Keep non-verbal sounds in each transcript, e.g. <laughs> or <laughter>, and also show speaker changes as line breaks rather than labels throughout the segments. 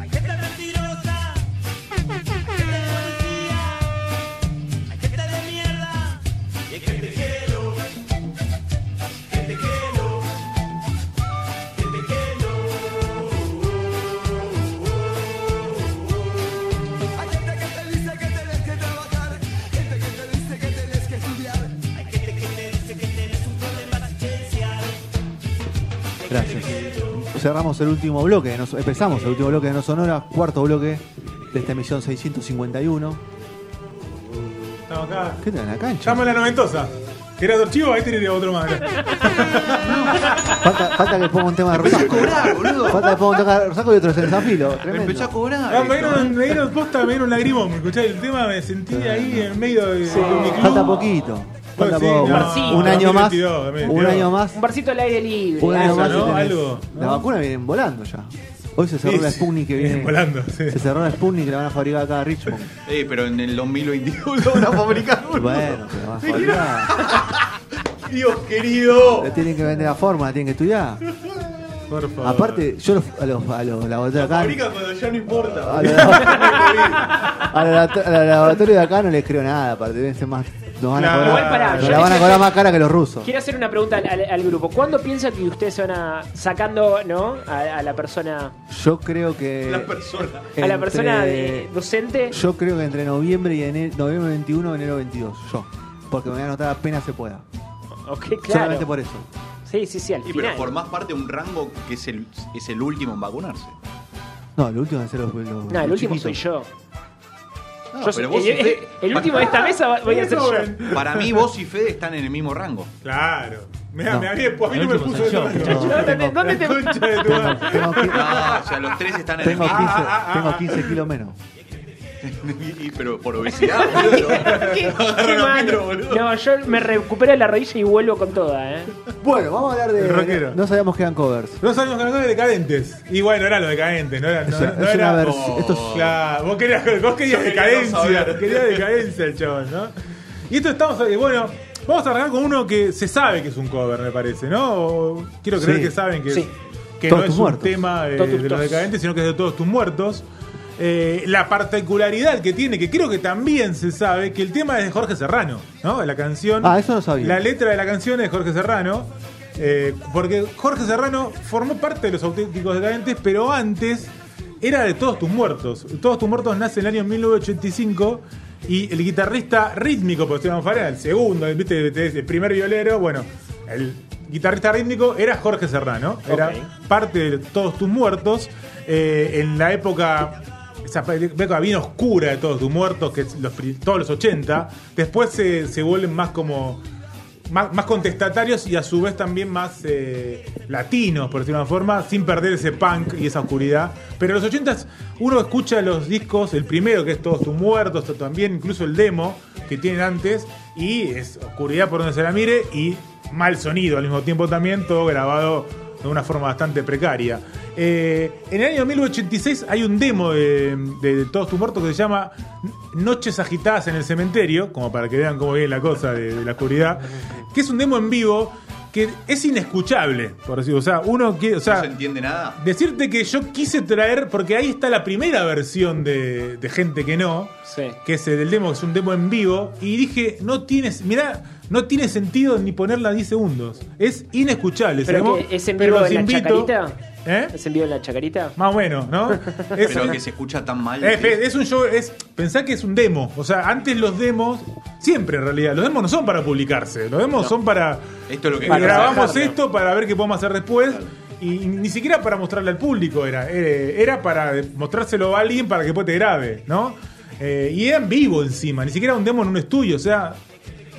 Hay gente mentirosa, gente de policía, hay gente de mierda y hay gente que no, gente que no, gente que no. Hay gente que te dice que tenés que trabajar, gente que te dice que tenés que estudiar, hay gente que te dice que tenés un problema asistencial.
Gracias. Cerramos el último bloque, de No So- empezamos el último bloque de No Sonora, cuarto bloque de esta emisión 651.
Estamos acá.
¿Qué te en la cancha?
Llama a la noventosa. ¿Querés otro chivo? Ahí tenés otro
<laughs>
más.
Falta, falta que ponga un tema de Rosaco.
Cobrá, boludo.
Falta que ponga un tema de Rosaco y otro de Sanfilo.
Me
Tremendo.
empezó a cobrar.
Ah, me dieron, me dieron posta, me dieron un lagrimón. Escuchá el tema, me sentí ahí en medio de, de mi club.
Falta poquito. Falta
Pues sí,
poco.
no,
un año más.
2022, 2022.
Un año más.
Un barcito al aire libre.
Un año
Eso,
más. y
¿no?
tenés-
Algo, ¿no?
Las vacunas vienen volando ya. Hoy se cerró
Sí,
la
sí.
Sputnik que
Viene
viene.
<laughs> volando, sí.
Se cerró la Sputnik que la van a fabricar acá a Richmond.
Eh, pero en el 2021 lo van a fabricar. boludo.
Bueno, se la van a fabricar.
Dios querido.
La tienen que vender a forma, la tienen que estudiar.
Por favor.
Aparte, yo los- a los, a los laboratorios acá.
Fabrican cuando ya no importa.
A los a los laborator- a los laboratorios de acá no les creo nada, aparte deben ser más. Nos van a
Claro.
cobrar,
Igual pará,
nos
yo
la
les-
van a cobrar más cara que los rusos.
Quiero hacer una pregunta al, al- al grupo. ¿Cuándo piensa que ustedes van a. sacando, ¿no? A, a la persona.
Yo creo que.
La persona.
A la
entre-
persona de- docente.
Yo creo que entre noviembre y enero, noviembre 21 enero 22. Yo. Porque me voy a anotar apenas se pueda.
Ok,
Solamente
claro.
por eso.
Sí, sí, sí, al
Y pero
final.
formás parte de un rango que es el, es el último en vacunarse.
No, el último van a ser los. los-
No,
los
el último soy
chiquitos.
yo.
No,
Yo soy-
pero vos y
el,
Fede-
el último de esta mesa va- voy a ser yo.
Para mí, vos y Fede están en el mismo rango.
Claro. Mirá,
No.
me había, a mí no me
El último
puso
soy
eso.
yo, muchacho.
No,
¿Dónde te-
tengo-
dónde
<laughs>
te
Concha de tu madre. <laughs>
Tengo, qui-
Ah, o sea, los tres están en
tengo 15,
el mismo
ah,
tengo
ah.
15 kilos menos.
<laughs> Y- y- Pero por obesidad, boludo.
<laughs> ¿Qué-
<laughs> Agarra
qué
los
mal?
micro, boludo.
No, yo me recupero la rodilla y vuelvo con toda, ¿eh?
Bueno, vamos a hablar
El
de.
rockero.
no sabíamos que eran covers.
No sabíamos que eran decadentes. Y bueno, era lo decadentes, no era. No,
Es una-
no
es
era
una vers- esto es-
Claro, vos querías, vos querías
Yo quería no
decadencia.
saber.
querías decadencia el chabón, ¿no? Y esto estamos. eh, Bueno, vamos a arrancar con uno que se sabe que es un cover, me parece, ¿no? O quiero creer
Sí.
que saben que,
Sí.
es- que
Todos
no
tus
es
muertos.
un tema de,
Todos tus
de los
tos.
decadentes, sino que es de todos tus muertos. Eh, la particularidad que tiene, que creo que también se sabe, que el tema es de Jorge Serrano, ¿no? La canción.
Ah, eso no sabía.
La letra de la canción es de Jorge Serrano. eh, porque Jorge Serrano formó parte de los auténticos decadentes, pero antes era de Todos tus muertos. Todos tus muertos nace en el año 1985 y el guitarrista rítmico, por Esteban Farena, el segundo, ¿viste? el primer violero, bueno, el guitarrista rítmico era Jorge Serrano, era
Ok.
parte de Todos tus muertos eh, en la época esa época bien oscura de Todos tus muertos que es los pri- todos los 80 después se, se vuelven más como más, más contestatarios y a su vez también más eh, latinos por decirlo de una forma sin perder ese punk y esa oscuridad pero en los 80 uno escucha los discos el primero que es Todos tus muertos o también incluso el demo que tienen antes y es oscuridad por donde se la mire y mal sonido al mismo tiempo también todo grabado de una forma bastante precaria. Eh, en el año 1986 hay un demo de, de Todos tus muertos que se llama Noches agitadas en el cementerio, como para que vean cómo viene la cosa de, de la oscuridad, que es un demo en vivo que es inescuchable, por decirlo. O sea, uno que. O sea,
no se entiende nada.
Decirte que yo quise traer, porque ahí está la primera versión de, de gente que no,
Sí.
que es el demo, que es un demo en vivo, y dije, no tienes, mirá, no tiene sentido ni ponerla 10 segundos. Es inescuchable.
¿Pero
sabemos,
qué, es en
pero
vivo
los
en la
invito-
chacarita?
¿Eh?
¿Es en vivo en la chacarita?
Más o menos,
<laughs>
¿no? Es
Pero
una-
que se escucha tan mal.
eh,
que-
fe- es un show, es, pensá que es un demo. O sea, antes los demos, siempre en realidad, los demos no son para publicarse, los demos son para...
Esto es lo que
eh,
queremos
grabamos
dejarlo.
esto para ver qué podemos hacer después.
Claro.
Y ni siquiera para mostrarle al público era, eh, era para mostrárselo a alguien para que después te grabe, ¿no? Eh, y era en vivo encima, ni siquiera un demo en un estudio, o sea...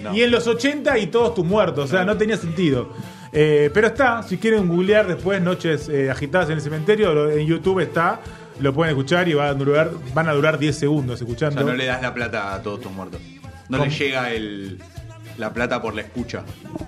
No.
Y en los 80 y todos tus muertos, o sea, no tenía sentido. Eh, pero está, si quieren googlear después Noches eh, Agitadas en el Cementerio, lo- en YouTube está, lo pueden escuchar y van a durar, van a durar 10 segundos
O
escuchando.
sea, no le das la plata a todos tus muertos. No
¿Cómo?
le llega el, la plata por la escucha.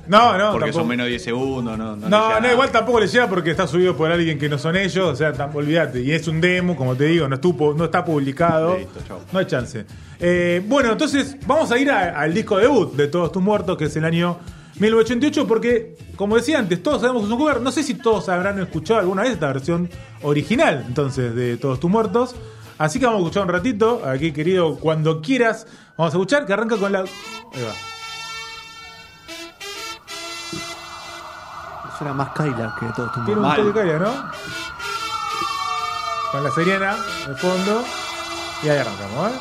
no, no,
porque
tampoco.
son menos de 10 segundos. No, no, le
No,
llega
no,
nada.
igual tampoco le llega porque está subido por alguien que no son ellos, o sea, tam- olvídate. Y es un demo, como te digo, no, estuvo, no está publicado.
Listo, chau.
no hay chance. Eh, bueno, entonces vamos a ir a- al disco debut de Todos tus muertos, que es el año 1988, porque, como decía antes, todos sabemos que es un cover. No sé si todos habrán escuchado alguna vez esta versión original, entonces, de Todos tus muertos. Así que vamos a escuchar un ratito, aquí querido, cuando quieras, vamos a escuchar, que arranca con la... Ahí va.
Suena más Kyla que todos tus
Tiene un
Mal.
toque de caria, ¿no? Con la serena de fondo. Y ahí arrancamos, ¿eh?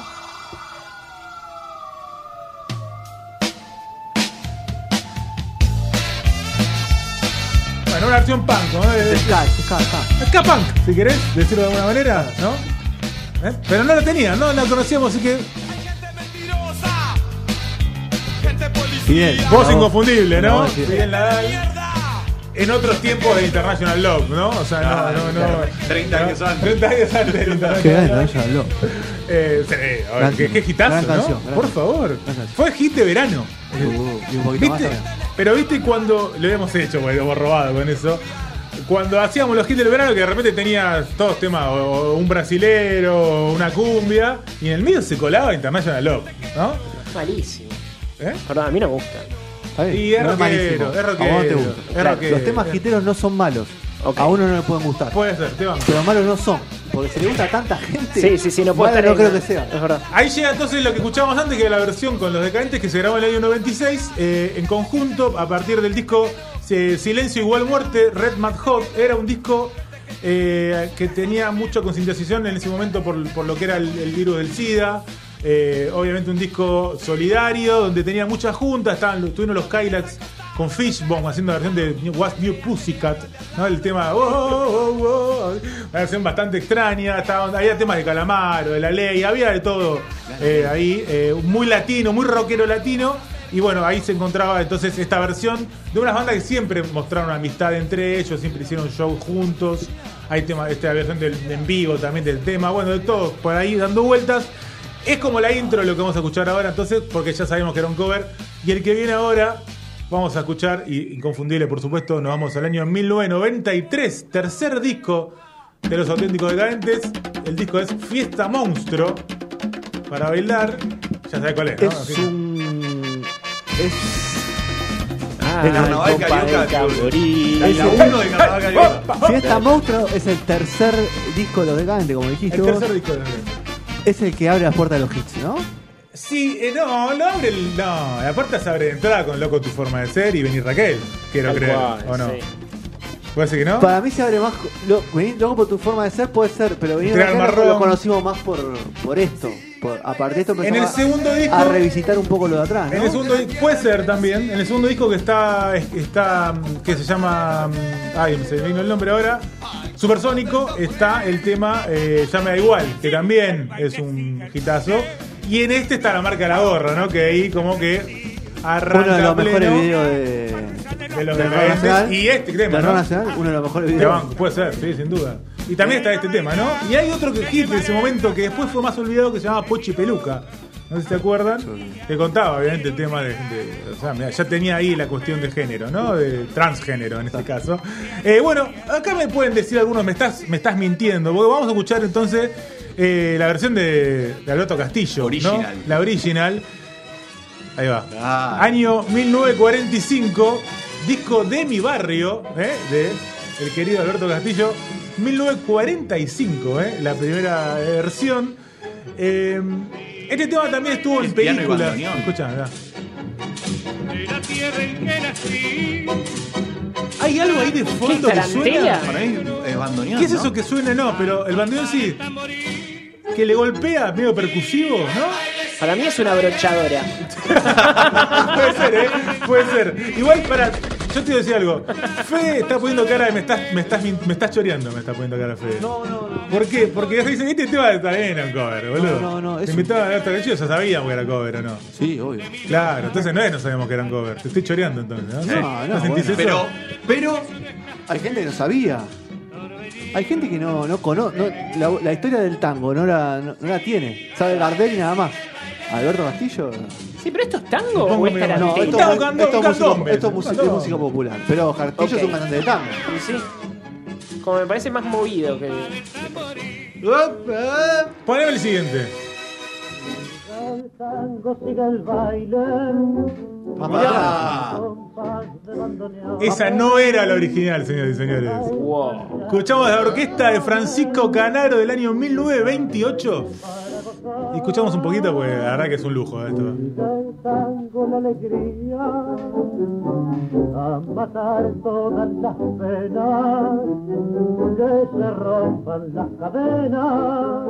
Bueno, una versión punk, ¿no? De- de-
Es K, es K, K.
de- ska punk, si querés decirlo de alguna manera, ¿no? ¿Eh? Pero no la tenía, no la conocíamos, así que
mentirosa, gente
Fidel.
policía,
voz
No.
inconfundible, ¿no?
No, sí.
Fidel Nadal.
mierda.
En otros tiempos de International Love, ¿no? O sea, no,
Claro,
no, no.
claro. 30 años antes.
30 años antes del International
Qué bueno,
Love.
ella habló.
Eh, sí, a ver,
Gran-
qué, qué hitazo,
gran
¿no?
canción, gran
Por
canción.
favor.
Gran canción.
Fue hit de verano.
Uh, y un poquito más
¿Viste?
también.
Pero viste cuando. Lo habíamos hecho, porque lo hemos robado con eso. Cuando hacíamos los hits del verano, que de repente tenía todos temas, o, o un brasilero, o una cumbia, y en el medio se colaba International Love, ¿no?
Malísimo.
¿eh
Perdón, a mí no me gusta.
Está bien,
Y es
no es
rockero,
malísimo.
es rockero,
A vos no te gusta.
es rockero. Pues-
Los temas giteros no son malos.
Ok.
A uno no le pueden gustar.
Puede ser, te banco.
Pero malos no son. Porque si le gusta a tanta gente.
Sí, sí, sí, no puedo
malo
estar
No
en-
creo que sea.
Es verdad.
Ahí llega entonces lo que escuchábamos antes, que era la versión con los decadentes que se grabó en el año 96, eh, en conjunto a partir del disco eh, Silencio Igual Muerte, Red Mad Hot. Era un disco eh, que tenía mucha concientización en ese momento por, por lo que era el, el virus del SIDA. Eh, obviamente un disco solidario, donde tenía muchas juntas, estaban, estuvieron los Kylax con Fishbone haciendo la versión de What's New Pussycat, ¿no? El tema, oh, oh, oh, oh, una versión bastante extraña, estaban- había temas de Calamaro, de La Ley, había de todo eh, ahí, eh, muy latino, muy rockero latino, y bueno, ahí se encontraba entonces esta versión de unas bandas que siempre mostraron amistad entre ellos, siempre hicieron show juntos, hay tema, esta versión del, de en vivo también del tema, bueno, de todo, por ahí dando vueltas. Es como la intro lo que vamos a escuchar ahora, entonces, porque ya sabemos que era un cover. Y el que viene ahora, vamos a escuchar, y inconfundible por supuesto, nos vamos al año 1993, tercer disco de los auténticos decadentes. El disco es Fiesta Monstruo, para bailar. Ya sabes cuál es, ¿no?
Es
Así-
un. Es.
Ah,
De
carnaval
compa
carioca,
del
tío.
tamborí.
La uno
<laughs>
de Carnaval Carioca.
Fiesta Monstruo es el tercer disco de los decadentes, como dijiste
El
vos.
tercer disco de los decadentes.
Es el que abre las puertas de los hits, ¿no?
Sí, eh, no, no abre el. No, la puerta se abre de entrada con Loco tu forma de ser y venir Raquel, quiero
Tal
creer.
cual,
¿O no?
sí.
¿Puede ser que no?
Para mí se abre más. Lo, venir loco por tu forma de ser puede ser, pero venir
Entrar al
acá
marrón.
lo conocimos más por, por esto. Por, a partir de esto
En el
empezamos a-
segundo disco.
a revisitar un poco lo de atrás, ¿no?
En el segundo disco, puede ser también. En el segundo disco que está, está mm, que se llama, mm, ay, se me vino el nombre ahora, Supersónico, está el tema eh, Ya me da igual, que también es un hitazo. Y en este está la marca de la gorra, ¿no? Que ahí como que arranca
uno de los
pleno
mejores videos de,
de los
del
decadentes.
rock nacional.
Y este tema,
Del
¿no?
rock nacional, uno de los mejores
Te
videos.
banco, puede ser, sí, sin duda. Y también está este tema, ¿no? Y hay otro que hit en ese momento que después fue más olvidado que se llamaba Pochi Peluca. No sé si se acuerdan. Te contaba, obviamente, el tema de. de- o sea, mirá, ya tenía ahí la cuestión de género, ¿no? De transgénero en este caso. Eh, bueno, acá me pueden decir algunos, me estás, me estás mintiendo. porque Vamos a escuchar entonces eh, la versión de, de Alberto Castillo. ¿no?
Original.
La original. Ahí va.
Ah.
Año 1945. disco de mi barrio, ¿eh? de el querido Alberto Castillo, 1945, ¿eh? la primera versión. Eh, este tema también estuvo en
Es piano y
películas.
bandoneón.
Escuchá, mirá.
de la tierra en que nací.
¿Hay algo ahí de fondo que suena?
tarantela?
Para mí es bandoneón.
¿Qué es
¿no?
eso que suena? No, pero el bandoneón sí. Que le golpea, medio percusivo, ¿no?
Para mí es una brochadora.
<laughs> Puede ser, ¿eh? Puede ser. Igual para. Yo te voy a decir algo. Fede está poniendo cara de me estás, me estás, min- me estás choreando, me está poniendo cara Fede.
No, no, no.
¿Por qué? Porque dicen, este tema está bien un cover, boludo.
No, no, no, es
Te
un-
invitaban a Alberto Castillo, ya sabíamos que era cover o no.
Sí, obvio.
Claro, entonces no es, no sabíamos que eran cover. Te estoy choreando entonces, ¿no?
No, no,
sentís
bueno.
eso?
Pero, pero,
Hay gente que no sabía. Hay gente que no, no conoce. no- la, la historia del tango no la, no, no la tiene. Sabe Gardel y nada más. Alberto Castillo.
Sí, pero esto es tango
Pongo
o es
medio-
No,
tarantela.
Un
esto,
tango,
es-
cantó,
esto
un
es, música,
candombe.
esto es, música, es
Cantó.
música popular. Pero Castillo es
Ok.
un cantante de tango.
Y sí, como me parece más movido que.
Poneme el siguiente.
Mamá.
Esa no era la original, señores y señores.
Wow.
Escuchamos la orquesta de Francisco Canaro del año 1928. Y escuchamos un poquito porque la verdad que es un lujo ¿eh? esto.
tango la alegría, a matar todas las penas, que se rompan las cadenas,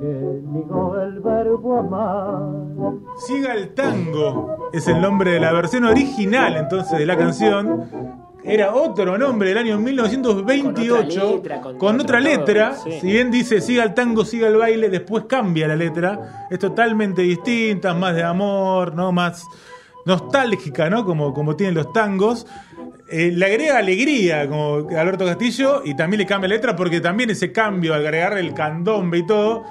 que digo el verbo amar.
Siga el tango es el nombre de la versión original entonces de la canción. Era otro nombre del año 1928
Con otra letra, con-
con otra
con todo,
letra.
sí.
Si bien dice siga el tango, siga el baile, después cambia la letra. Es totalmente distinta, más de amor, no más nostálgica, ¿no? Como, como tienen los tangos. Eh, le agrega alegría, como Alberto Castillo, y también le cambia la letra porque también ese cambio, al agregar el candombe y todo,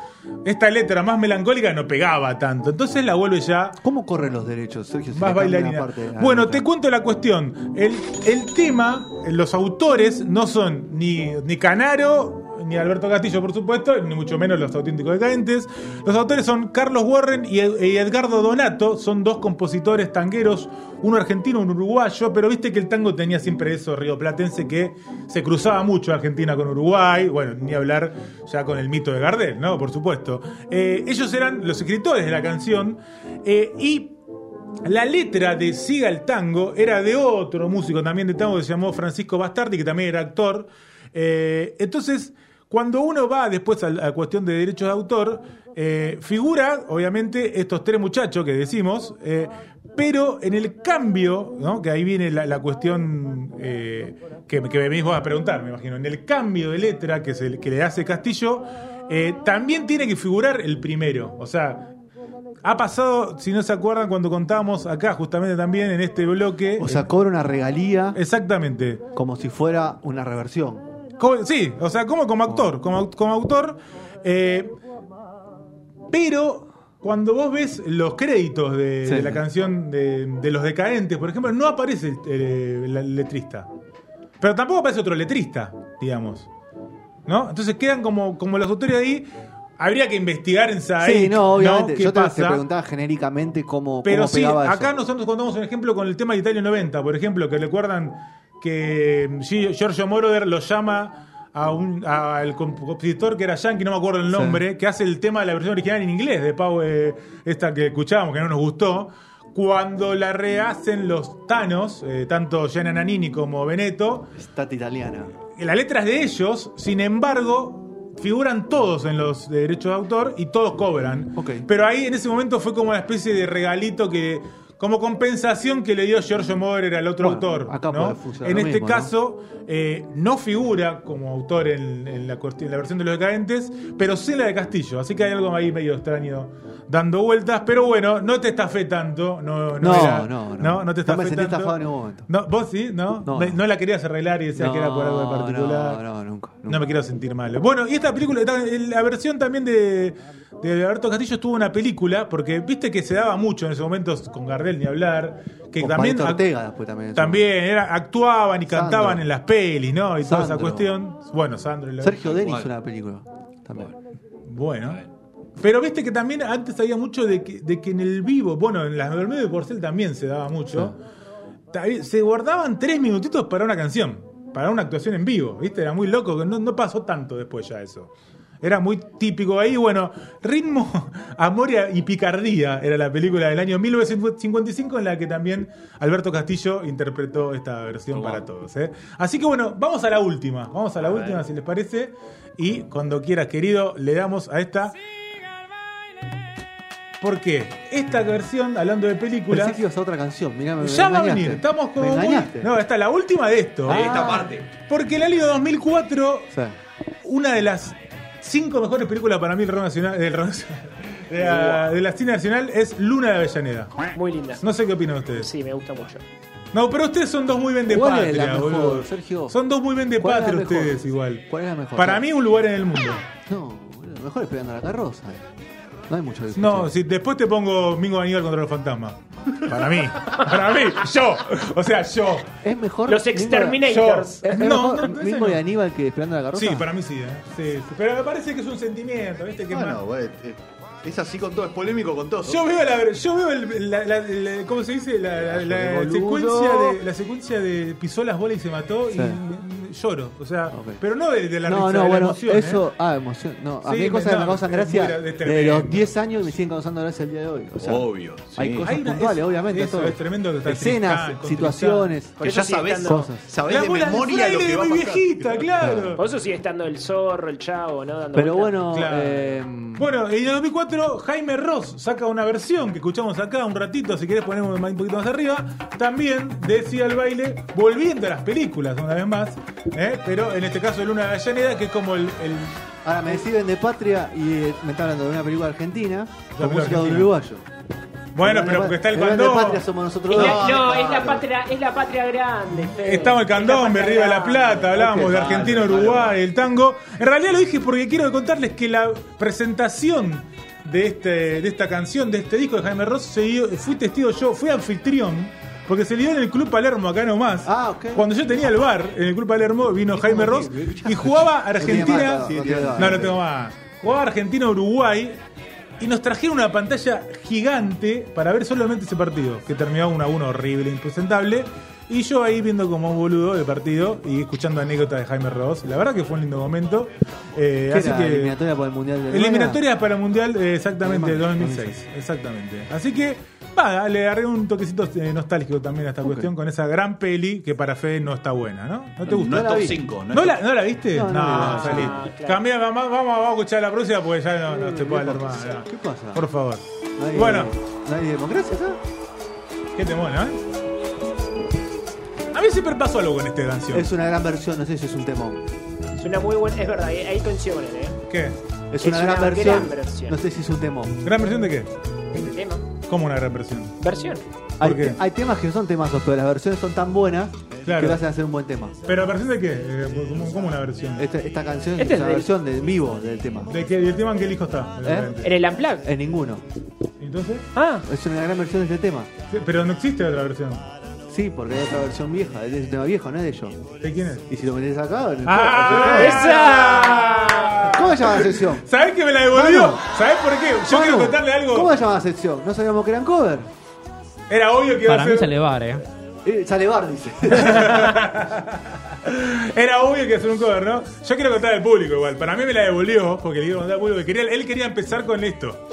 esta letra más melancólica no pegaba tanto. Entonces la vuelve ya
¿Cómo corren los derechos, Sergio? si
más
le cambian
bailarina.
la parte de la
bueno,
letra?
te cuento la cuestión. El, el tema, los autores no son ni, ni Canaro, ni Alberto Castillo, por supuesto, ni mucho menos los auténticos decadentes. Los autores son Carlos Warren y, Ed- y Edgardo Donato, son dos compositores tangueros, uno argentino, un uruguayo, pero viste que el tango tenía siempre eso rioplatense que se cruzaba mucho Argentina con Uruguay, bueno, ni hablar ya con el mito de Gardel, ¿no? Por supuesto. Eh, ellos eran los escritores de la canción eh, y la letra de Siga el Tango era de otro músico también de tango que se llamó Francisco Bastardi, que también era actor. Eh, entonces, cuando uno va después a la cuestión de derechos de autor, eh, figura, obviamente, estos tres muchachos que decimos, eh, pero en el cambio, ¿no? que ahí viene la, la cuestión eh, que, que me venís vos a preguntar, me imagino, en el cambio de letra que, se- que le hace Castillo, eh, también tiene que figurar el primero. O sea, ha pasado, si no se acuerdan, cuando contábamos acá, justamente también en este bloque.
O sea, cobra una regalía
Eh. exactamente.
como si fuera una reversión.
Como- sí, o sea, como como actor, como, au- como autor. eh, pero cuando vos ves los créditos de,
Sí.
de la canción de, de Los Decadentes, por ejemplo, no aparece el, el- el letrista. Pero tampoco aparece otro letrista, digamos. ¿No? Entonces quedan como, como los autores ahí. Habría que investigar en Said.
sí, no, obviamente.
¿Qué
Yo te, te
pasa?
preguntaba genéricamente cómo,
Pero
cómo
sí,
pegaba eso.
acá nosotros contamos un ejemplo con el tema de Italia 90, por ejemplo, que recuerdan que mm, Gi- Giorgio Moroder lo llama a un al compositor que era Yankee, no me acuerdo el nombre, que hace el tema de la versión original en inglés de Pau, eh, esta que escuchábamos, que no nos gustó. Cuando la rehacen los Thanos, eh, tanto Gianna Nannini como Veneto,
Estate italiana.
las letras de ellos, sin embargo, figuran todos en los de derechos de autor y todos cobran.
Ok.
Pero ahí en ese momento fue como una especie de regalito que. Como compensación que le dio Giorgio Moroder al otro
Bueno,
autor.
acá
¿no?
puede funcionar
En
lo
este
mismo, ¿no?
caso, eh, no figura como autor en, en la, cuestión- en la versión de los decadentes, pero sí en la de Castillo. Así que hay algo ahí medio extraño dando vueltas. Pero bueno, no te estafé tanto. No, no,
No,
era-
no, no.
no.
No
te
me
estafé
sentí
tanto.
estafado en ningún momento.
No, ¿Vos sí? ¿No?
No,
Me-
no.
la querías arreglar y decías que era por algo de particular.
No, no, nunca.
No me quiero sentir mal. Bueno, y esta película, esta- la versión también de, de Alberto Castillo tuvo una película, porque viste que se daba mucho en esos momentos con Gardel ni hablar, que
Con
también,
Palito Ortega después también. eso.
también era, actuaban y
Sandro.
cantaban en las pelis, ¿no? Y toda esa
Sandro.
cuestión. Bueno, Sandro. y la-
Sergio Denis
Igual.
hizo una película. También.
Bueno. Pero viste que también antes había mucho de que, de que en el vivo, bueno, en las del medio de Porcel también se daba mucho. ta- se guardaban tres minutitos para una canción, para una actuación en vivo, ¿viste? Era muy loco, que no, no pasó tanto después ya eso. Era muy típico ahí, bueno, ritmo, <laughs> amor y- y picardía era la película del año 1955 en la que también Alberto Castillo interpretó esta versión
Wow.
para todos. ¿eh? Así que bueno, vamos a la última, vamos a la
ver.
última si les parece y cuando quieras querido le damos a esta... Porque esta versión, hablando de películas...
Pensé que ibas a otra canción, mirá, me,
Ya
me
va a
engañaste.
venir, estamos como.
Me
muy-
engañaste.
No, eh. esta es la última de esto.
Ah.
De esta parte.
Porque el año 2004,
O sea,
una de las cinco mejores películas para mí del rock nacional, del rock nacional- de, la, de la cine nacional es Luna de Avellaneda.
Muy linda.
No sé qué opinan ustedes.
Sí, me gusta mucho.
No, pero ustedes son dos muy vende
¿Cuál es la
patria,
mejor,
boludo.
Sergio?
Son dos muy vende
¿Cuál es la
patria
mejor?
ustedes igual.
¿Cuál es la mejor?
Para mí un lugar en el mundo.
No, boludo, mejor esperando a la carroza. eh. No hay mucho discusión.
No, si después te pongo Mingo Aníbal contra los fantasmas. Para mí. Para mí. Yo. O sea, yo.
Es mejor.
Los
Mingo-
Exterminators.
Es, es
No,
mejor
no, ese
Mingo
no.
de Aníbal que esperando a la carroza.
Sí, para mí sí, ¿eh? Sí, sí. Pero me parece que es un sentimiento, ¿viste? Que es más-
Bueno, bueno, eh, es así con todo, es polémico con todo.
Yo veo la, yo veo el- la- la- la- ¿cómo se dice? La, la- la
Pedazo de
secuencia
boludo.
de la secuencia de pisó las bolas y se mató y
Sí.
me- me- lloro, o sea,
Ok.
pero no de, de la
No,
risa, de
no,
la
bueno,
emoción,
eso.
¿eh?
Ah, emoción. No, a mí
Sí,
hay
me-
cosas que me
no,
causan
es
gracia
muy- es
de los
tremendo.
10 años y me siguen causando gracia el día de hoy. O sea,
Obvio.
hay
sí.
cosas
Hay una-
puntuales,
es-
obviamente.
eso
todo.
es tremendo que está
Escenas,
Tristán, con
situaciones,
Porque ya
Eso sí,
sabés,
estando-
cosas.
sabés
¿eh? La
de
bola de
memoria lo
fraile
que
de
va a
muy
pasar.
viejita, claro.
Por eso sigue estando el zorro, el chavo, ¿no? Dando
Pero
vueltas.
bueno,
Claro.
eh,
Bueno, en el 2004 Jaime Ross saca una versión que escuchamos acá un ratito, si querés ponemos un poquito más arriba, también decía el baile, volviendo a las películas una vez más, ¿eh? pero en este caso Luna de Avellaneda, que es como el... el-
ahora me deciden de patria y eh, me está hablando de una película argentina con música
película
de un
argentina.
uruguayo.
bueno, pero porque está el cuando...
de patria somos nosotros
Es
dos.
la- no,
Ah,
es la
claro.
patria, es la patria grande. Fede.
Estamos el
Es la
candombe,
patria
Río de la
grande.
Plata, hablábamos de Argentina,
Vale,
Uruguay,
vale.
el tango. En realidad lo dije porque quiero contarles que la presentación de, este, de esta canción, de este disco de Jaime Ross, se dio- fui testigo yo, fui anfitrión, porque se dio en el Club Palermo, acá nomás.
Ah, ok.
Cuando yo tenía el bar en el Club Palermo, vino Jaime Ross y jugaba
<laughs>
Argentina.
No tiene más, no, no tiene más.
No, no tengo más. Jugaba Argentina-Uruguay y nos trajeron una pantalla gigante para ver solamente ese partido, que terminó 1 a 1 horrible, impresentable. Y yo ahí viendo como un boludo el partido y escuchando anécdotas de Jaime Ross. La verdad que fue un lindo momento. Eh,
¿Qué
así
era?
que.
eliminatoria para el mundial de
Eliminatoria para el Mundial, eh, exactamente, de
Alemania,
2006. Exactamente. Así que, va, le agarré un toquecito eh, nostálgico también a esta cuestión con esa gran peli que para Fede no está buena, ¿no? ¿No te gustó?
No es
la
top
vi.
5.
¿No la, ¿No la viste?
No,
No,
no la vi.
salí.
Ah, claro.
Cambia, vamos, vamos, vamos a escuchar la próxima porque ya no, no te puedo
¿qué
alarmar.
pasa?
no.
¿Qué pasa?
Por favor.
No hay-
Bueno,
¿No hay democracia acá?
qué te mola, ¿eh? A mí siempre pasó algo con esta canción.
Es una gran versión, no sé si es un temón.
Es una muy buena, es verdad, hay, hay tensiones, ¿eh?
¿Qué?
Es
Es
una,
una
gran,
gran
versión,
versión.
no sé si es un temón.
¿Gran versión de qué?
Este tema.
¿Cómo una gran versión?
Versión.
Hay,
qué?
hay temas que no son temazos, pero las versiones son tan buenas que
Claro.
lo hacen hacer un buen tema.
¿Pero versión de qué? Eh, ¿Cómo, cómo una versión?
Esta, esta canción
Este
es
es
una
del-
versión de, en vivo del tema.
¿De qué, ¿Del tema en qué disco está?
¿Eh?
En el Unplugged.
En ninguno.
Entonces,
Ah,
Es una gran versión de este tema.
sí, pero no existe otra versión.
Sí, porque hay otra versión vieja, es un tema viejo, no es de ellos.
¿De quién es?
Y si lo metés acá, en el
¡Ah!
¿cómo se llama la sección?
¿Sabés que me la devolvió?
Manu.
¿Sabés por qué? Yo quiero
Manu,
contarle algo.
¿Cómo se llama la sección? No sabíamos que eran cover.
Era obvio que iba
Para
a
mí
ser.
se le va, eh.
Eh, sale Bar, dice.
Era obvio que hacer un cover, ¿no? Yo quiero contar al público igual. Para mí me la devolvió, porque le quiero contar al público que quería, él quería empezar con esto.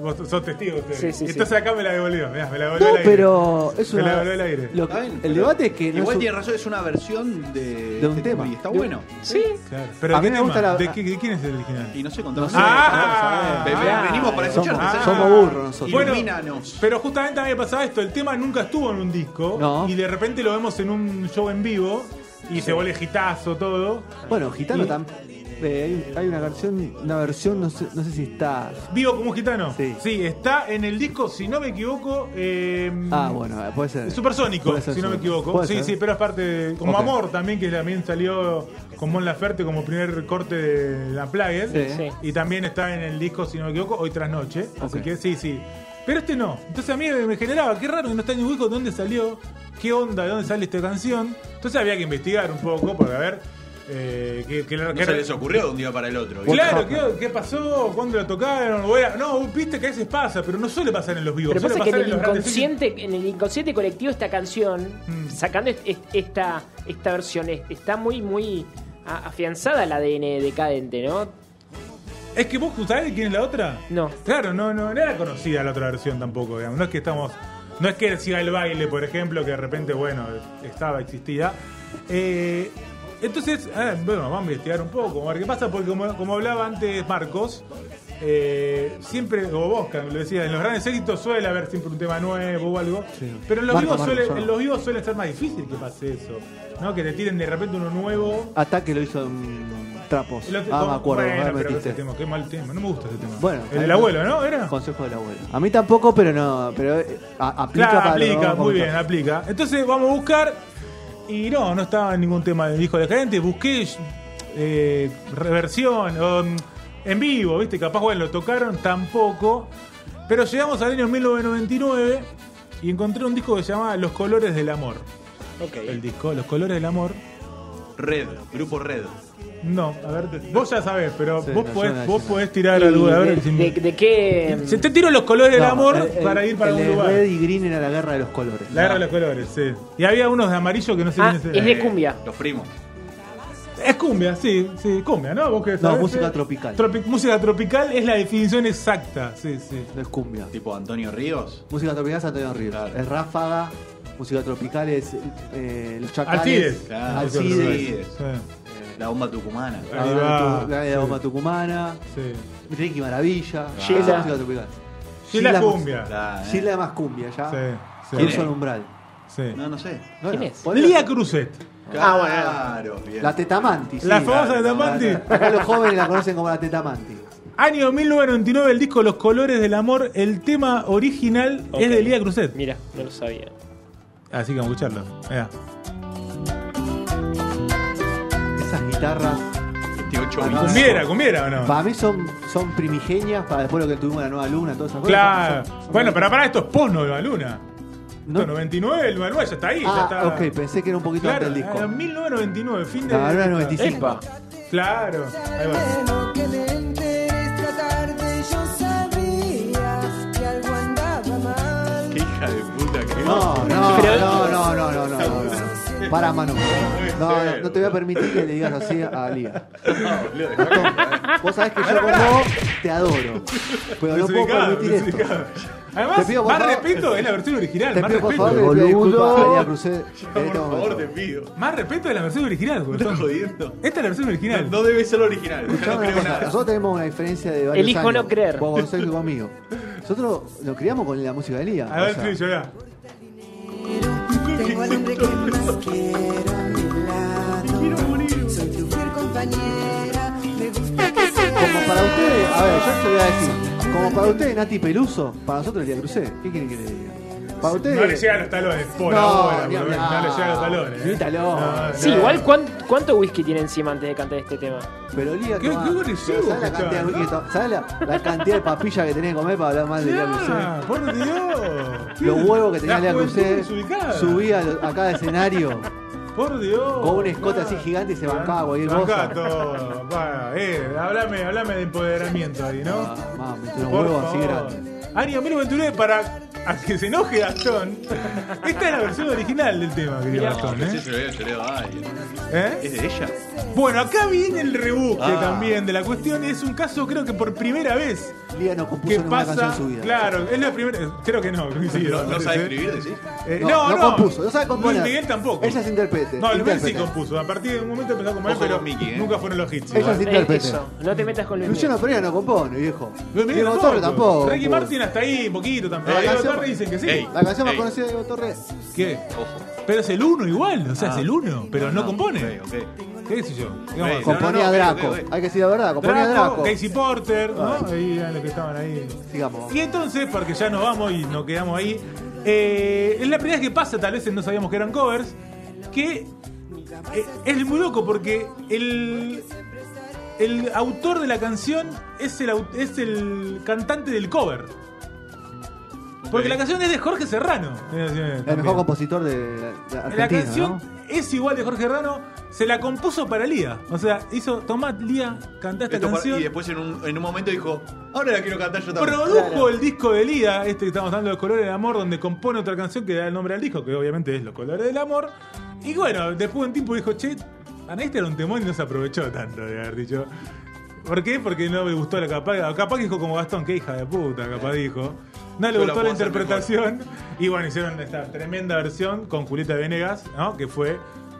Vos sos testigo ustedes.
Sí, sí, sí.
Entonces acá me la devolvió. Mirá, me la devolvió
no,
al aire.
pero es
Me la
una.
voló el aire.
lo que-
Está bien,
el
pero-
debate es que no
Igual
es un-
tiene razón, es una versión de,
De un
este
tema.
Y está
De-
bueno.
sí.
Claro. Pero
A
¿qué
mí me gusta
tema?
la-
¿De, qué- de quién es el original?
Y no sé contamos.
No sé,
Ah,
Ve- ve-
ah,
venimos para
somos,
escucharte.
Ah.
somos burros nosotros.
Bueno,
Ilumínanos.
Pero justamente a mí me pasaba esto, el tema nunca estuvo en un disco
No.
y de repente lo vemos en un show en vivo y se vuelve gitazo todo.
Bueno, Gitano
Y-
también. hay, hay una versión, una versión no, sé, no sé si está.
Vivo como un gitano.
Sí.
está en el disco, si no me equivoco, eh,
Ah, bueno, puede ser.
Supersónico,
Puede ser
si no me
Supersónico.
equivoco.
Puede
Sí,
ser.
sí, pero es parte de- Como
Ok.
Amor también, que también salió con Mon Laferte como primer corte de la Plague.
Sí.
Sí.
Y también está en el disco, si no me equivoco, Hoy tras Noche. Así
Ok.
que sí, sí. Pero este no. Entonces a mí me generaba, qué raro que no está en ningún disco, ¿de dónde salió? ¿Qué onda? ¿De dónde sale esta canción? Entonces había que investigar un poco para ver eh, que, que la-
No
que-
se les ocurrió de un día para el otro. ¿viste?
Claro, ¿qué, qué pasó? ¿Cuándo la tocaron? O era- no, viste que a veces pasa, pero no suele pasar en los vivos.
Pero
suele
pasa que en
pasar
el,
los grandes
inconsciente, en el inconsciente colectivo esta canción,
Mm.
sacando es- es- esta, esta versión, es- está muy, muy a- afianzada al ADN decadente, ¿no?
sitios. Es que vos, ¿sabés quién es la otra?
No.
Claro, no, no, no era conocida la otra versión tampoco, digamos. No es que estamos. No es que siga el baile, por ejemplo, que de repente, bueno, estaba, existía. Eh, entonces, ah, bueno, vamos a investigar un poco, a ver qué pasa, porque como, como hablaba antes Marcos, eh, siempre, o vos, Cam, lo decías, en los grandes éxitos suele haber siempre un tema nuevo o algo,
Sí.
pero en los,
Marco,
vivos
Marco,
suele,
yo no.
en los vivos suele ser más difícil que pase eso, ¿no? Que te tiren de repente uno nuevo.
Ataque lo hizo en Trapos.
El otro-
Ah, me acuerdo,
bueno,
ahora me
pero ese
metiste.
tema, qué mal tema, no me gusta ese tema.
Bueno,
el
ahí-
del abuelo, ¿no? ¿Era?
Consejo del abuelo. A mí tampoco, pero no. Pero eh, a- aplica
Claro,
para lo que
aplica,
vamos a
muy
comentar.
bien, aplica. Entonces vamos a buscar. Y no, no estaba ningún tema de disco decadente. Busqué eh, reversión o, mm, en vivo, ¿viste? Capaz, bueno, lo tocaron tampoco. Pero llegamos al año 1999 y encontré un disco que se llamaba Los Colores del Amor. El disco, Los Colores del Amor.
Red, grupo Red.
No, a ver, te- vos ya sabés, pero
Sí,
vos,
me
podés,
suena,
vos
sí.
podés tirar algo. A ver,
de,
si
de-
me-
de qué?
Se te tiro los colores del
Em, No,
amor
el- el-
para ir para
el
un
de
lugar.
Red y Green era la guerra de los colores.
La guerra de los colores, sí. Y había unos de amarillo que no sé
Ah,
quiénes
es
eran.
de cumbia.
Los primos.
Es cumbia, sí, sí, cumbia, ¿no? Vos que
No,
sabés,
música
eh,
tropical.
tropi- música tropical es la definición exacta, sí, sí.
No es cumbia.
Tipo Antonio Ríos.
Música tropical es Antonio Ríos.
Claro.
Es Ráfaga. Música tropical es eh, Los Chacales.
Alcides.
Claro,
Alcides.
Alcides.
Sí,
eh, La bomba tucumana.
Ahí va,
La de
sí.
la bomba tucumana.
sí.
Ricky Maravilla.
Gila.
Esa música tropical.
Gila
Gila
cumbia.
La- eh,
Gila más cumbia, ya.
Sí, sí.
Cruzó
¿Quién
el
es?
umbral.
Sí.
No, no sé.
Bueno,
es?
ponela.
Lía Cruzet.
Claro, bien.
La Tetamanti. sí.
Ah, La famosa
La-
Tetamanti.
la- Acá los jóvenes la conocen como la Tetamanti.
Año 1999, el disco Los Colores del Amor, el tema original es de Lía Cruzet.
Mira, no lo sabía.
Así que vamos a escucharlo. Mirá.
Esas guitarras.
28
Ah,
minutos.
Cumbiera, cumbiera o no.
Para mí son, son primigenias, para después lo que tuvimos en la nueva luna, todas esas
Claro.
cosas. Son- son-
Bueno, pero para esto es post Nueva Luna.
No.
Esto es 99, el 99 ya está ahí. ya
Ah,
está.
ok, pensé que era un poquito
Claro, eh,
antes del disco.
era 1999, fin de.
No, era 95.
Epa.
Claro. Ahí va.
Lo que me enteré esta tarde yo sabía que algo andaba mal.
Qué hija de puta que
No, no, no, no, no, no, no, no, no. Para, Manu. No, no, no te voy a permitir que le digas así a Lía.
No, boludo, dejá que-
Vos sabés que yo como vos te adoro. Pero no puedo
Desubicado,
permitir esto.
desubicado.
Te
Además,
pido, por
más
favor- eh,
respeto es la versión original.
Te
más
pido por
respeto.
favor que le pidas disculpas a Lía Cruzet. en
Por
este
favor, te
momento.
pido.
Más respeto de la versión original, güey.
Estás jodiendo.
Esta es la versión original.
No debe ser original.
Escuchame
No
una
creo
cosa,
nada.
Nosotros tenemos una diferencia de varios
Elijo
años,
no creer.
Vos con Sergio y conmigo. Nosotros nos criamos con la música de Lía.
A
o
ver,
sea,
Trillo, ya.
Tengo al hombre que más quiero a mi lado. Soy tu fiel compañera. Me gusta que
Como
seas
para ustedes, a ver, yo te voy a decir. Como para ustedes, Nati Peluso, para nosotros Lía Cruzet. ¿Qué quieren que le diga? Para ustedes.
No le llegan los talones, por
No,
ahora.
ni
por lo menos.
hablar.
No le llegan los talones. eh.
Ni talón.
No,
Sí,
no.
igual ¿cuán- ¿cuánto whisky tiene encima antes de cantar este tema?
Pero Lía,
Qué-
tomá.
qué agresivo
Pero ¿Sabes la
que
cantidad de
está,
whisky que to- ¿Sabes la, la cantidad de papilla que tenés que comer para hablar mal de Lía
Ya,
Cruzet?
Ah, por Dios.
Los huevos que tenía
La
Lía
juventud
Cruzet.
desubicada.
Subía a lo- a cada escenario
Por Dios.
con un escote así gigante y se bancaba cualquier
Se bancaba
cosa.
todo, papá. Eh, hablame, hablame de empoderamiento ahí, ¿no?
Ah, Mami, tiene un
Por
huevo así
favor.
grande.
Año 1929 para a que se enoje Gastón. Esta es la versión original del tema, querido
No,
Gastón.
pero
¿eh?
sí se ve, se ve, ay.
¿Eh?
¿Es de ella?
Bueno, acá viene el rebusque
Ah.
también de la cuestión. Es un caso, creo que por primera vez.
Lía no
que
compuso ninguna canción en
pasa?
su vida.
Claro, es la primera. Creo que no, coincido.
No, no sabe escribir, decís.
Eh,
No, no, compuso, no sabe componer.
Luis Miguel tampoco.
Ella es intérprete.
No, Luis Miguel sí
intérprete.
compuso. A partir de un momento empezó a componer,
Ojo
pero
con Mickey, ¿eh?
nunca fueron los hits.
Ella
igual.
es
Eh,
intérprete.
eso, no te metas con Luis
Luciano
Miguel.
Pereira no compone, viejo.
Luis Miguel
Diego Torres tampoco.
Ricky
compuso.
Martin hasta ahí, poquito tampoco.
La
Diego
canción-
Torres dicen que sí.
Ey.
La canción más
Ey.
conocida de Diego Torres.
¿Qué?
Ojo.
Pero es el uno igual, o sea,
Ah.
es el uno, pero no,
Ah,
compone.
ok, ok.
¿Qué sé yo?
Ey,
Digamos,
no,
Componía
ok,
Draco.
ok, ok.
Hay que decir la verdad, componía
Draco,
Draco. Ah.
Casey Porter, ¿no? Ahí eran los que estaban ahí.
Digamos.
Y entonces, porque ya nos vamos y nos quedamos ahí, eh, es la primera vez que pasa, tal vez no sabíamos que eran covers, que eh, es muy loco porque el, el autor de la canción es el, au- es el cantante del cover. Porque
Ok.
la canción es de Jorge Serrano. Eh,
El mejor compositor de, de
La
Argentina,
canción
¿no?
es igual de Jorge Serrano, se la compuso para Lía. O sea, hizo, tomá, Lía, cantá esta
Esto para-
canción.
y después en un, en un momento dijo, ahora la quiero cantar yo también.
Produjo el disco de Lía, este que estamos hablando de Colores del Amor, donde compone otra canción que da el nombre al disco, que obviamente es Los Colores del Amor. Y bueno, después de un tiempo dijo, che, para este era un temón y no se aprovechó tanto de haber dicho. ¿Por qué? Porque no me gustó la capaz. Capaz que dijo como Gastón, qué hija de puta, capaz dijo. No le
Eh. Yo la
gustó la
puedo hacer
interpretación. Y bueno, hicieron esta tremenda versión con Julieta Venegas, ¿no? Que fue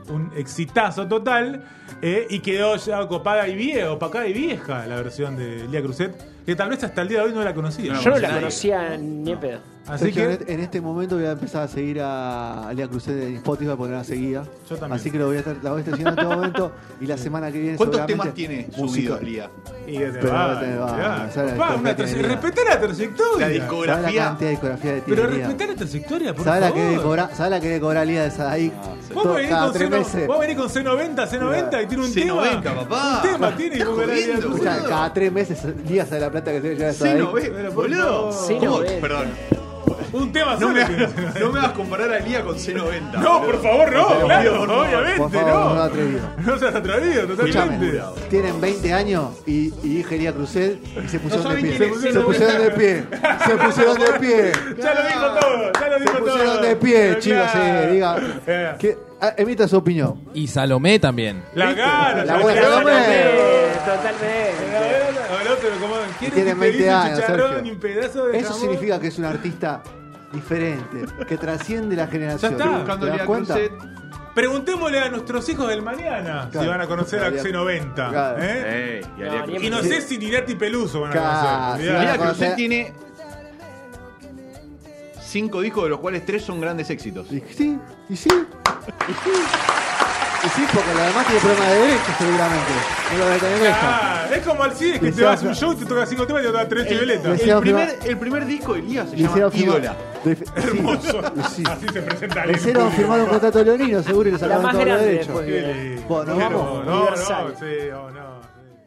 un exitazo total. eh, y quedó ya copada y vieja, opacada y vieja la versión de Lía Cruzet, que tal vez hasta el día de hoy no la conocía.
Yo no la conocía ni en pedo.
Así
Sergio,
que
en- en este momento voy a empezar a seguir a Lea Cruzet en Spotify, voy a poner a seguida.
Yo también.
Así que lo voy a estar, la voy a estar siguiendo en este momento y la semana que viene
¿Cuántos temas
seguramente,
tiene
música.
subidos, Lía?
y que te
Pero
va,
te
te
va, esa
va.
es la
Papá, una
discografía
tra-
que tenía.
respetá la trayectoria.
La disco-
¿Sabes la
Discografía.
cantidad de discografía que tiene
Pero
Lía?
respetá la trayectoria, por
¿Sabes la que,
favor. Ah,
cobra, ¿Sabes la que cobra Lía de Sadaic?
Vos
Todo-
venís,
cada
con
tres
C90,
meses.
vos venís con C90, C90 y tiene un
C90,
tema.
papá.
Un tema tiene y
Estás
vos venís ahí a
jodiendo,
tu-
boludo.
Escuchá, cada tres meses Lía sale la plata que se lleva de
Sí,
Sadaic.
no ves, boludo.
Sí,
¿Cómo?
no ves.
Perdón.
Un tema
No
solo.
me,
tiene.
hagas- no me hagas comparar a Lía con C90.
No,
boludo.
por favor, no,
Por
claro,
favor, no.
obviamente,
Por favor,
no.
no atrevido.
<laughs> No seas atrevido,
Escuchame,
totalmente.
tienen 20 años y, y dije Lía Cruzet y se pusieron
saben
de
quién
pie.
es,
Se
sí, no.
pusieron de pie. Se pusieron de pie.
Ya lo dijo todo, ya lo
Se
dijo todo.
pusieron de pie,
Claro.
chicos. eh,
Eh,
diga. que- ah, emita su opinión.
Y Salomé también.
La cara,
La buena
cara,
Salomé.
Eh,
la
Totalmente.
cara, el otro como, ¿quién
tiene
es que te
20
dice
años,
chicharrón
Sergio?
y un pedazo de
Eso
jamón?
significa que es un artista diferente, que trasciende la generación.
Ya está,
Buscando
¿Te
Lía
das cuenta?
Cruzet.
Preguntémosle a nuestros hijos del mañana si
Claro.
van a conocer a
Claro.
C90.
Claro.
¿eh?
Eh, y Lía
No, ni
Cruzet.
Y no sé si Tirati Peluso van a
Claro,
conocer.
sí,
Mirá.
Lía
van a
Cruzet
conocer-
tiene cinco discos, de los cuales tres son grandes éxitos.
Y sí, y sí, y sí. Y sí, porque lo demás tiene problemas de derecho seguramente. No lo voy a tener derecho.
Ah, es como al cine que te
Decía-
vas a un show, te toca cinco temas y te toca tres
le
violetas.
hicieron
El primer,
firmar-
el primer disco de Lía se
le
llama
hicieron firmar-
Ídola.
de- sí,
Hermoso.
y sí.
Así se presenta
Le hicieron firmar un contrato de leonino, seguro, y le
La
sacaron
más
todos los
grande
derechos.
después.
Qué lindo.
Bueno,
Pero
vamos.
No, no,
Universal.
sí, oh, no. sí.